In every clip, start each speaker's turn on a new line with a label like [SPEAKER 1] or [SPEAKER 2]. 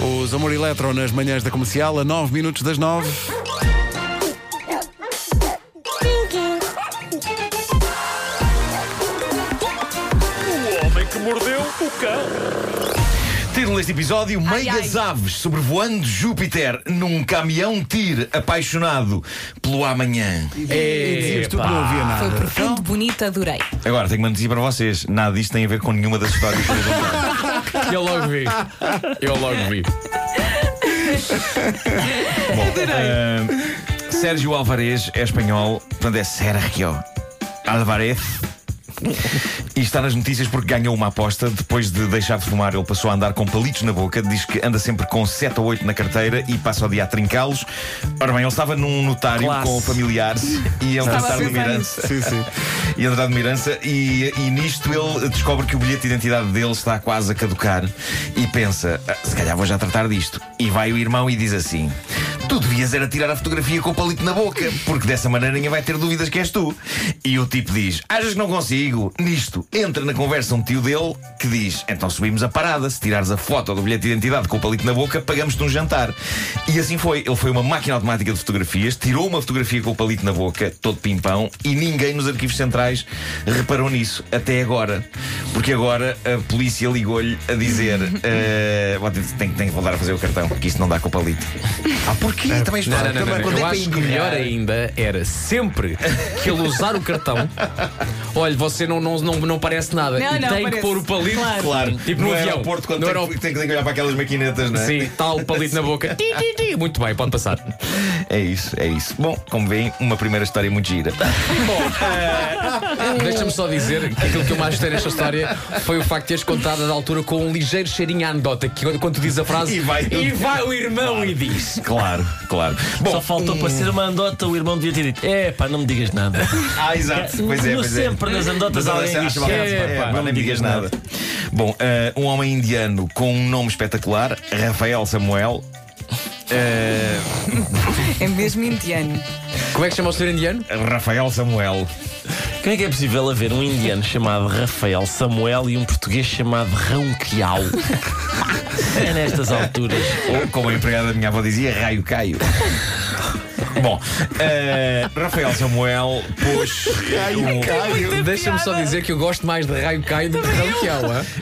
[SPEAKER 1] Os Amor Eletro nas manhãs da comercial, a 9 minutos das 9.
[SPEAKER 2] O homem que mordeu o cão.
[SPEAKER 3] Título deste episódio:
[SPEAKER 4] Ai,
[SPEAKER 3] Meigas Aves sobrevoando Júpiter num caminhão tir apaixonado pelo amanhã.
[SPEAKER 1] E dizias tu que não havia
[SPEAKER 4] Foi
[SPEAKER 1] nada.
[SPEAKER 4] profundo, bonito, adorei.
[SPEAKER 3] Agora tenho uma notícia para vocês: nada disto tem a ver com nenhuma das histórias que eu vou contar.
[SPEAKER 5] Eu logo vi. Eu logo vi.
[SPEAKER 3] Bom, ah, Sérgio Alvarez é espanhol, portanto é Sergio Alvarez. E está nas notícias porque ganhou uma aposta. Depois de deixar de fumar, ele passou a andar com palitos na boca. Diz que anda sempre com 7 ou 8 na carteira e passa o dia a trincá-los. Ora bem, ele estava num notário
[SPEAKER 5] Classe.
[SPEAKER 3] com familiares e ele tratar de
[SPEAKER 4] a pensar
[SPEAKER 3] mirança.
[SPEAKER 1] Sim, sim.
[SPEAKER 3] E ele de Mirança e, e nisto ele descobre que o bilhete de identidade dele está quase a caducar e pensa, "Ah, se calhar vou já tratar disto. E vai o irmão e diz assim: Tu devias era tirar a fotografia com o palito na boca, porque dessa maneira ninguém vai ter dúvidas que és tu. E o tipo diz: Achas que não consigo? Nisto entra na conversa um tio dele que diz: Então subimos a parada, se tirares a foto do bilhete de identidade com o palito na boca, pagamos-te um jantar. E assim foi. Ele foi uma máquina automática de fotografias, tirou uma fotografia com o palito na boca, todo pimpão, e ninguém nos arquivos centrais reparou nisso até agora. Porque agora a polícia ligou-lhe a dizer: eh, "Vou ter- tem, tem que voltar a fazer o cartão, porque isso não dá com o palito. Ah, porquê? Também
[SPEAKER 5] É. Não,
[SPEAKER 3] espera,
[SPEAKER 5] não, não, não,
[SPEAKER 3] também, quando
[SPEAKER 5] Eu
[SPEAKER 3] é para
[SPEAKER 5] acho que
[SPEAKER 3] engolhar?
[SPEAKER 5] melhor ainda era sempre que ele usar o cartão. Olha, você não, não, não, não parece nada.
[SPEAKER 4] Não,
[SPEAKER 5] e
[SPEAKER 4] não
[SPEAKER 5] tem que
[SPEAKER 4] parece.
[SPEAKER 5] pôr o palito.
[SPEAKER 4] Claro.
[SPEAKER 3] Claro, é
[SPEAKER 5] Tipo no avião.
[SPEAKER 3] aeroporto, quando
[SPEAKER 5] No
[SPEAKER 3] tem,
[SPEAKER 5] aeroporto.
[SPEAKER 3] que- tem que olhar para aquelas maquinetas, não é?
[SPEAKER 5] Sim, tal palito na boca. Ti, ti, ti. Muito bem, pode passar.
[SPEAKER 3] É isso, é isso. Bom, como veem, uma primeira história muito gira.
[SPEAKER 5] Deixa-me só dizer que aquilo que eu mais gostei nesta história foi o facto de teres contado da altura com um ligeiro cheirinho à anedota. Que quando, quando tu dizes a frase,
[SPEAKER 3] E vai-
[SPEAKER 5] "E vai o irmão e diz.
[SPEAKER 3] Claro, claro. Bom,
[SPEAKER 6] Só faltou para ser uma andota, o irmão devia ter dito: É pá, não me digas nada.
[SPEAKER 3] Ah, exato. Pois é,
[SPEAKER 6] Eu
[SPEAKER 3] pois é.
[SPEAKER 6] sempre nas andotas
[SPEAKER 3] Mas olha, se
[SPEAKER 6] alguém diz:
[SPEAKER 3] acha mal,
[SPEAKER 6] "É,
[SPEAKER 3] é,
[SPEAKER 6] pá,
[SPEAKER 3] pá, nem me digas nada. Bom, eh, um homem indiano com um nome espetacular, Rafael Samuel. eh,
[SPEAKER 4] É mesmo indiano.
[SPEAKER 5] Como é que chama o senhor indiano?
[SPEAKER 3] Rafael Samuel.
[SPEAKER 6] Como é que é possível haver um indiano chamado Rafael Samuel e um português chamado Ronquial? é nestas alturas.
[SPEAKER 3] Ou, como a empregada da minha avó dizia, Raio Caio. Bom, eh, Rafael Samuel pôs. um-
[SPEAKER 5] Deixa-me só dizer que eu gosto mais de Raio Caio do que de ah. Ranquial.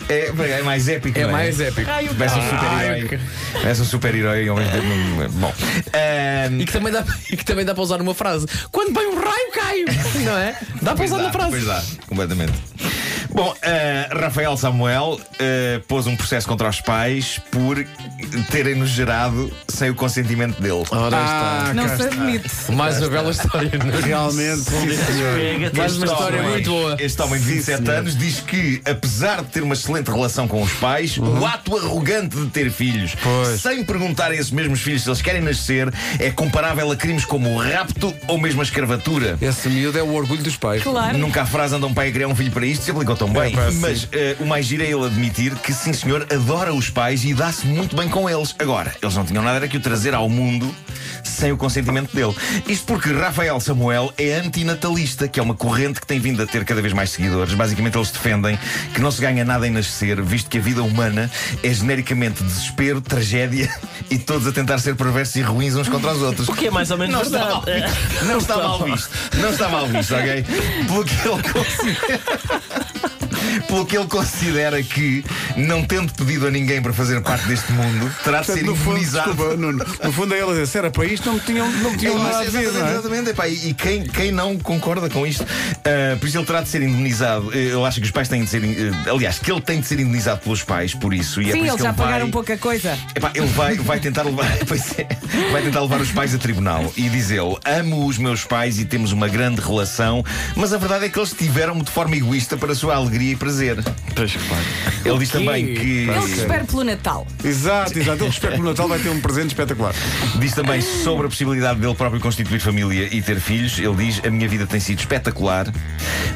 [SPEAKER 3] É, é mais épico.
[SPEAKER 5] É
[SPEAKER 3] não
[SPEAKER 5] mais épico.
[SPEAKER 3] Parece um
[SPEAKER 5] Ai,
[SPEAKER 3] super-herói. Parece um super-herói ao mesmo tempo. Bom. eh,
[SPEAKER 5] E que, também dá, e que também dá para usar numa frase. Quando vem um raio, caio! Não é? Dá para
[SPEAKER 3] Pois
[SPEAKER 5] usar
[SPEAKER 3] dá,
[SPEAKER 5] na frase.
[SPEAKER 3] Pois dá, completamente. Bom, eh, Rafael Samuel eh, pôs um processo contra os pais por terem-nos gerado sem o consentimento dele.
[SPEAKER 5] Ora
[SPEAKER 4] não se admite.
[SPEAKER 5] está. Mais uma bela história. não é?
[SPEAKER 1] Realmente, sim, senhor.
[SPEAKER 6] Pega,
[SPEAKER 5] Mais uma
[SPEAKER 6] tens
[SPEAKER 5] história
[SPEAKER 6] toque.
[SPEAKER 5] muito boa.
[SPEAKER 3] Este homem de 27 anos diz que, apesar de ter uma excelente relação com os pais, o ato arrogante de ter filhos, sem perguntar a esses mesmos filhos se eles querem nascer, é comparável a crimes como o rapto ou mesmo a escravatura.
[SPEAKER 1] Esse miúdo é o orgulho dos pais.
[SPEAKER 4] Claro.
[SPEAKER 3] Nunca a frase anda um pai a criar um filho para isto, se aplicou tão bem.
[SPEAKER 1] pá, sim.
[SPEAKER 3] Mas eh, o mais giro é ele admitir que, sim senhor, adora os pais e dá-se muito bem com eles. Agora, eles não tinham nada era que o trazer ao mundo sem o consentimento dele. Isto porque Rafael Samuel é antinatalista, que é uma corrente que tem vindo a ter cada vez mais seguidores. Basicamente, eles defendem que não se ganha nada em nascer, visto que a vida humana é genericamente desespero, tragédia e todos a tentar ser perversos e ruins uns contra os outros.
[SPEAKER 6] O que é mais ou menos
[SPEAKER 3] Não está mal
[SPEAKER 6] verdade.
[SPEAKER 3] visto. Não está mal
[SPEAKER 1] Então.
[SPEAKER 3] visto. Não está mal visto, ok? Pelo que ele considera. Pelo que ele considera que, não tendo pedido a ninguém para fazer parte deste mundo, terá de ser
[SPEAKER 1] Portanto, no fundo,
[SPEAKER 3] imunizado.
[SPEAKER 1] desculpa, Nuno, no fundo é ele a dizer, se era para isto, não tinham, não
[SPEAKER 3] É
[SPEAKER 1] tinham
[SPEAKER 3] isso,
[SPEAKER 1] nada a ver,
[SPEAKER 3] exatamente,
[SPEAKER 1] não é?
[SPEAKER 3] exatamente. Epá, e e quem, quem não concorda com isto, ah, por isso ele terá de ser indemnizado. Eh, Eu acho que os pais têm de ser. eh, aliás, que ele tem de ser indemnizado pelos pais por isso. E é por
[SPEAKER 4] Sim,
[SPEAKER 3] isso
[SPEAKER 4] eles
[SPEAKER 3] que
[SPEAKER 4] já
[SPEAKER 3] ele vai-
[SPEAKER 4] pagaram um pouca coisa.
[SPEAKER 3] Epá, ele vai, vai tentar levar, pois é, vai tentar levar os pais a tribunal e dizê-lo: amo os meus pais e temos uma grande relação, mas a verdade é que eles tiveram-me de forma egoísta para a sua alegria e prazer.
[SPEAKER 6] Pois claro.
[SPEAKER 3] Ele diz também que
[SPEAKER 4] Eu que espero pelo Natal.
[SPEAKER 1] Exato, exato. Ele espera que o Natal vai ter um presente espetacular.
[SPEAKER 3] diz também sobre a possibilidade dele próprio constituir família e ter filhos. Ele diz: a minha vida tem sido espetacular,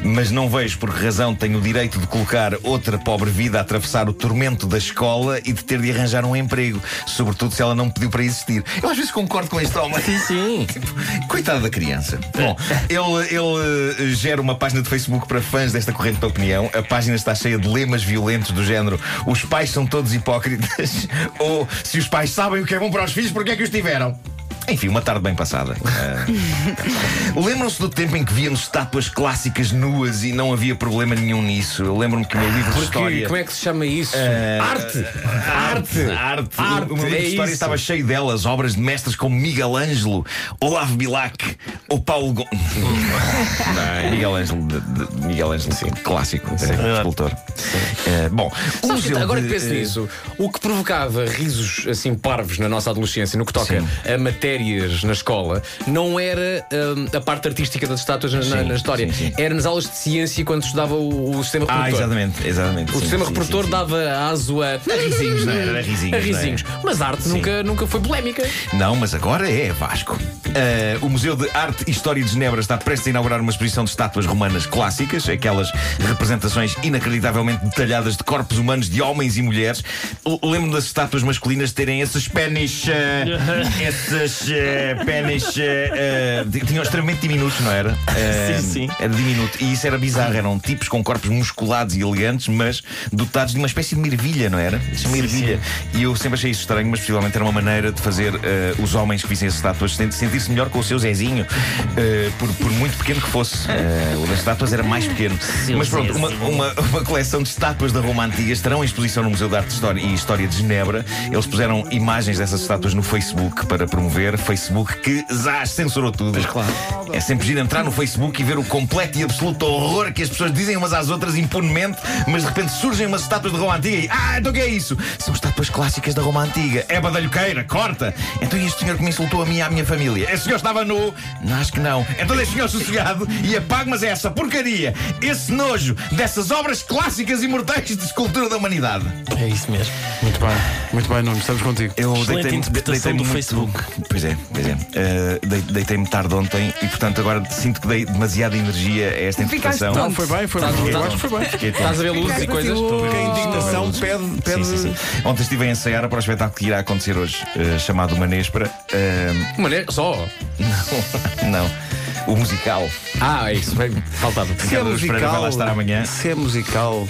[SPEAKER 3] mas não vejo por que razão tenho o direito de colocar outra pobre vida a atravessar o tormento da escola e de ter de arranjar um emprego, sobretudo se ela não me pediu para existir. Eu às vezes concordo com este homem.
[SPEAKER 6] Sim, sim.
[SPEAKER 3] Coitado da criança. Bom, ele, ele eh, gera uma página de Facebook para fãs desta corrente de opinião. A a página está cheia de lemas violentos do género os pais são todos hipócritas ou se os pais sabem o que é bom para os filhos, porque é que os tiveram? Enfim, uma tarde bem passada. Ah. Lembram-se do tempo em que víamos estátuas clássicas nuas e não havia problema nenhum nisso? Eu lembro-me que o meu livro de
[SPEAKER 5] Porque,
[SPEAKER 3] história.
[SPEAKER 5] como é que se chama isso?
[SPEAKER 3] eh,
[SPEAKER 5] Arte!
[SPEAKER 3] Arte, arte,
[SPEAKER 5] Arte,
[SPEAKER 3] O, o meu livro
[SPEAKER 5] é
[SPEAKER 3] de história
[SPEAKER 5] isso.
[SPEAKER 3] estava cheio delas, obras de mestres como Miguel Ângelo, Olavo Bilac ou Paulo Gon... Não, Miguel Ângelo, de- de- Miguel Ângelo, sim, clássico, é, escultor. Eh, bom, o
[SPEAKER 5] Sabes que,
[SPEAKER 3] museu
[SPEAKER 5] agora
[SPEAKER 3] de-
[SPEAKER 5] que penso
[SPEAKER 3] eh,
[SPEAKER 5] nisso, o que provocava risos assim parvos na nossa adolescência, no que toca a matérias na escola, não era hum, a parte artística das estátuas na, na- na história.
[SPEAKER 3] sim, sim.
[SPEAKER 5] Era nas aulas de ciência quando estudava o, o sistema
[SPEAKER 3] Ah,
[SPEAKER 5] reprodutor.
[SPEAKER 3] exatamente, exatamente.
[SPEAKER 5] O sistema reprodutor dava aso a.
[SPEAKER 3] risinhos, não é? Era risinhos,
[SPEAKER 5] A risinhos. Mas a arte nunca, nunca foi polémica.
[SPEAKER 3] Não, mas agora é Vasco. Ah, o Museu de Arte e História de Genebra está prestes a inaugurar uma exposição de estátuas romanas clássicas, aquelas representações inacreditavelmente detalhadas de corpos humanos de homens e mulheres. L- Lembro-me das estátuas masculinas terem esses pênis. ah, esses ah, pênis. ah, ah, t- tinham extremamente diminutos, não era? Ah,
[SPEAKER 6] Sim, sim.
[SPEAKER 3] Era diminuto. E isso era bizarro. Eram tipos com corpos musculados e elegantes, mas dotados de uma espécie de mirvilha, não era? Isso é uma ervilha. E eu sempre achei isso estranho, mas possivelmente era uma maneira de fazer eh, os homens que vissem as estátuas sent- sentir-se melhor com o seu Zezinho, eh, por, por muito pequeno que fosse. Eh, o das estátuas era mais pequeno.
[SPEAKER 6] Seu
[SPEAKER 3] mas pronto, uma,
[SPEAKER 6] Zezinho.
[SPEAKER 3] uma- uma coleção de estátuas da Roma Antiga estarão em exposição no Museu de Arte e História- e História de Genebra. Eles puseram imagens dessas estátuas no Facebook para promover. Facebook que zás censurou tudo. É sempre giro entrar no Facebook e ver o completo e absoluto horror que as pessoas dizem umas às outras impunemente, mas de repente surgem umas estátuas de Roma Antiga e ah, então o que é isso? São estátuas clássicas da Roma Antiga. É badalhoqueira, corta. Então e este senhor que me insultou a mim e à minha família? Esse senhor estava nu? Não, acho que não. Então deixe o senhor sossegado e apague mas é essa porcaria, esse nojo dessas obras clássicas imortais de escultura da humanidade.
[SPEAKER 6] É isso mesmo.
[SPEAKER 1] Muito bem, muito bem, Nuno, estamos contigo.
[SPEAKER 3] Eu
[SPEAKER 6] Excelente interpretação do Facebook.
[SPEAKER 3] Pois é, pois é. Uh, dei- Deitei-me tarde ontem e, portanto, agora sinto que dei demasiada energia a esta
[SPEAKER 4] Ficaste
[SPEAKER 3] interpretação. é
[SPEAKER 1] Não, foi bem, foi
[SPEAKER 5] Tá-
[SPEAKER 1] bem.
[SPEAKER 5] tá-
[SPEAKER 1] Eu acho que foi bem.
[SPEAKER 3] Fiquei tonto.
[SPEAKER 5] Estás a ver luzes e coisas.
[SPEAKER 1] Porque a indignação pede. pede...
[SPEAKER 3] Sim, sim, sim. Ontem estive a ensaiar para o espetáculo que irá acontecer hoje, eh, chamado Manespra. Eh,
[SPEAKER 5] Maneiro, só.
[SPEAKER 3] não, o musical.
[SPEAKER 5] Ah, é isso. bem, Faltava.
[SPEAKER 1] Se é
[SPEAKER 3] Ricardo Araújo Pereira vai lá
[SPEAKER 1] musical,
[SPEAKER 3] estar amanhã.
[SPEAKER 1] se é musical,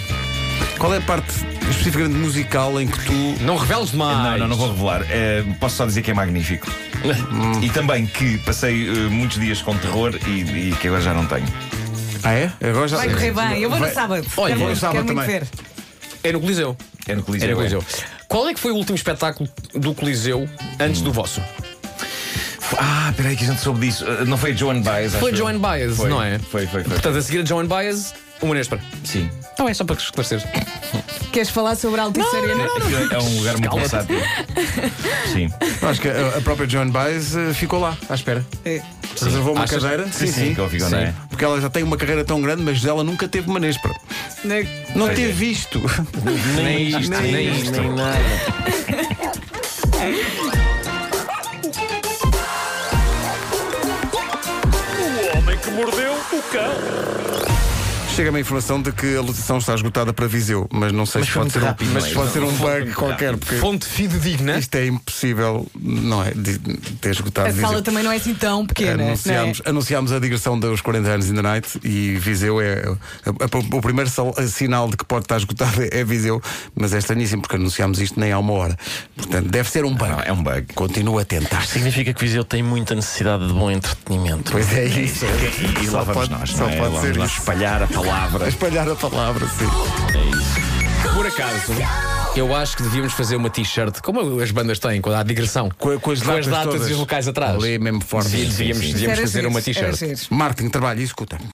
[SPEAKER 1] qual é a parte especificamente musical em que tu.
[SPEAKER 5] Não reveles demais.
[SPEAKER 1] Ah,
[SPEAKER 3] Não, não, não vou revelar. Eh, posso só dizer que é magnífico.
[SPEAKER 1] Hum.
[SPEAKER 3] e também que passei eh, muitos dias com terror e, e que agora já não tenho.
[SPEAKER 1] Ah, é? Agora já
[SPEAKER 4] Vai correr bem. Eu vou no
[SPEAKER 1] Vai-
[SPEAKER 4] sábado.
[SPEAKER 5] Olha, vou
[SPEAKER 4] quero
[SPEAKER 5] no
[SPEAKER 4] muito-
[SPEAKER 1] sábado
[SPEAKER 4] quero muito
[SPEAKER 1] também.
[SPEAKER 4] ver.
[SPEAKER 5] É no Coliseu.
[SPEAKER 3] É no Coliseu.
[SPEAKER 5] Era
[SPEAKER 3] é.
[SPEAKER 5] Coliseu. Qual é que foi o último espetáculo do Coliseu antes do vosso?
[SPEAKER 3] Ah, peraí, que a gente soube disso. Eh, não foi Joan Baez?
[SPEAKER 5] Foi
[SPEAKER 3] acho eu.
[SPEAKER 5] Joan Baez,
[SPEAKER 3] Foi,
[SPEAKER 5] não é?
[SPEAKER 3] Foi, foi, foi.
[SPEAKER 5] Portanto, a seguir a Joan Baez, o Manespra.
[SPEAKER 3] Sim.
[SPEAKER 5] Então é só para esclarecer.
[SPEAKER 4] Queres falar sobre a Altice Arena?
[SPEAKER 3] Aquilo É um lugar muito
[SPEAKER 5] Calma.
[SPEAKER 3] versátil. Sim.
[SPEAKER 1] Eu Acho que a, a própria Joan Baez eh, ficou lá, à espera.
[SPEAKER 4] É.
[SPEAKER 1] Reservou uma
[SPEAKER 5] Achas?
[SPEAKER 1] cadeira?
[SPEAKER 3] que eu fico, não é?
[SPEAKER 1] Porque ela já tem uma carreira tão grande, mas ela nunca teve manespra.
[SPEAKER 4] Na-
[SPEAKER 1] Não
[SPEAKER 3] Pois é.
[SPEAKER 1] teve visto.
[SPEAKER 6] Nem
[SPEAKER 5] isto, nem isto.
[SPEAKER 6] nem nada.
[SPEAKER 2] O homem que mordeu o cão.
[SPEAKER 1] Chega-me a informação de que a lotação está esgotada para Viseu, mas não sei
[SPEAKER 3] Mas
[SPEAKER 1] se
[SPEAKER 3] foi
[SPEAKER 1] pode
[SPEAKER 3] muito
[SPEAKER 1] ser, um-
[SPEAKER 3] rápido,
[SPEAKER 1] mas
[SPEAKER 3] não é?
[SPEAKER 1] pode
[SPEAKER 3] Não,
[SPEAKER 1] ser um
[SPEAKER 3] foi né?
[SPEAKER 1] bug
[SPEAKER 3] muito
[SPEAKER 1] qualquer,
[SPEAKER 3] rápido.
[SPEAKER 1] porque
[SPEAKER 5] Fonte fidedigna.
[SPEAKER 1] isto é impossível, não é? De, de ter esgotado
[SPEAKER 4] A
[SPEAKER 1] Viseu.
[SPEAKER 4] sala também não é assim tão pequena. não é?
[SPEAKER 1] Anunciámos, anunciámos a digressão dos 40 anos in the night e Viseu é. a- a- o primeiro sal- sinal de que pode estar esgotado é, é Viseu, mas é estranhíssimo porque anunciámos isto nem há uma hora. Portanto, deve ser um bug.
[SPEAKER 3] Não, é um bug.
[SPEAKER 1] Continua a tentar.
[SPEAKER 6] Significa que Viseu tem muita necessidade de bom entretenimento.
[SPEAKER 1] Pois é isso.
[SPEAKER 3] E
[SPEAKER 1] Só
[SPEAKER 3] lá vamos
[SPEAKER 1] pode-
[SPEAKER 3] nós.
[SPEAKER 1] só
[SPEAKER 3] não é?
[SPEAKER 1] pode
[SPEAKER 3] Lá
[SPEAKER 1] ser
[SPEAKER 3] vamos nós
[SPEAKER 1] isso.
[SPEAKER 3] espalhar a palavra.
[SPEAKER 1] A espalhar a palavra, sim.
[SPEAKER 5] Por acaso, eu acho que devíamos fazer uma t-shirt, como as bandas têm, quando há digressão.
[SPEAKER 1] Com, com as
[SPEAKER 5] Com
[SPEAKER 1] datas,
[SPEAKER 5] as datas
[SPEAKER 1] todas.
[SPEAKER 5] e os locais atrás.
[SPEAKER 1] Ali mesmo forte.
[SPEAKER 5] Devia-
[SPEAKER 3] sim,
[SPEAKER 5] Devíamos,
[SPEAKER 3] sim.
[SPEAKER 5] devíamos
[SPEAKER 4] Era
[SPEAKER 5] fazer
[SPEAKER 4] giro,
[SPEAKER 5] uma
[SPEAKER 4] era
[SPEAKER 5] t-shirt.
[SPEAKER 4] giro.
[SPEAKER 1] Martin, trabalha e escuta.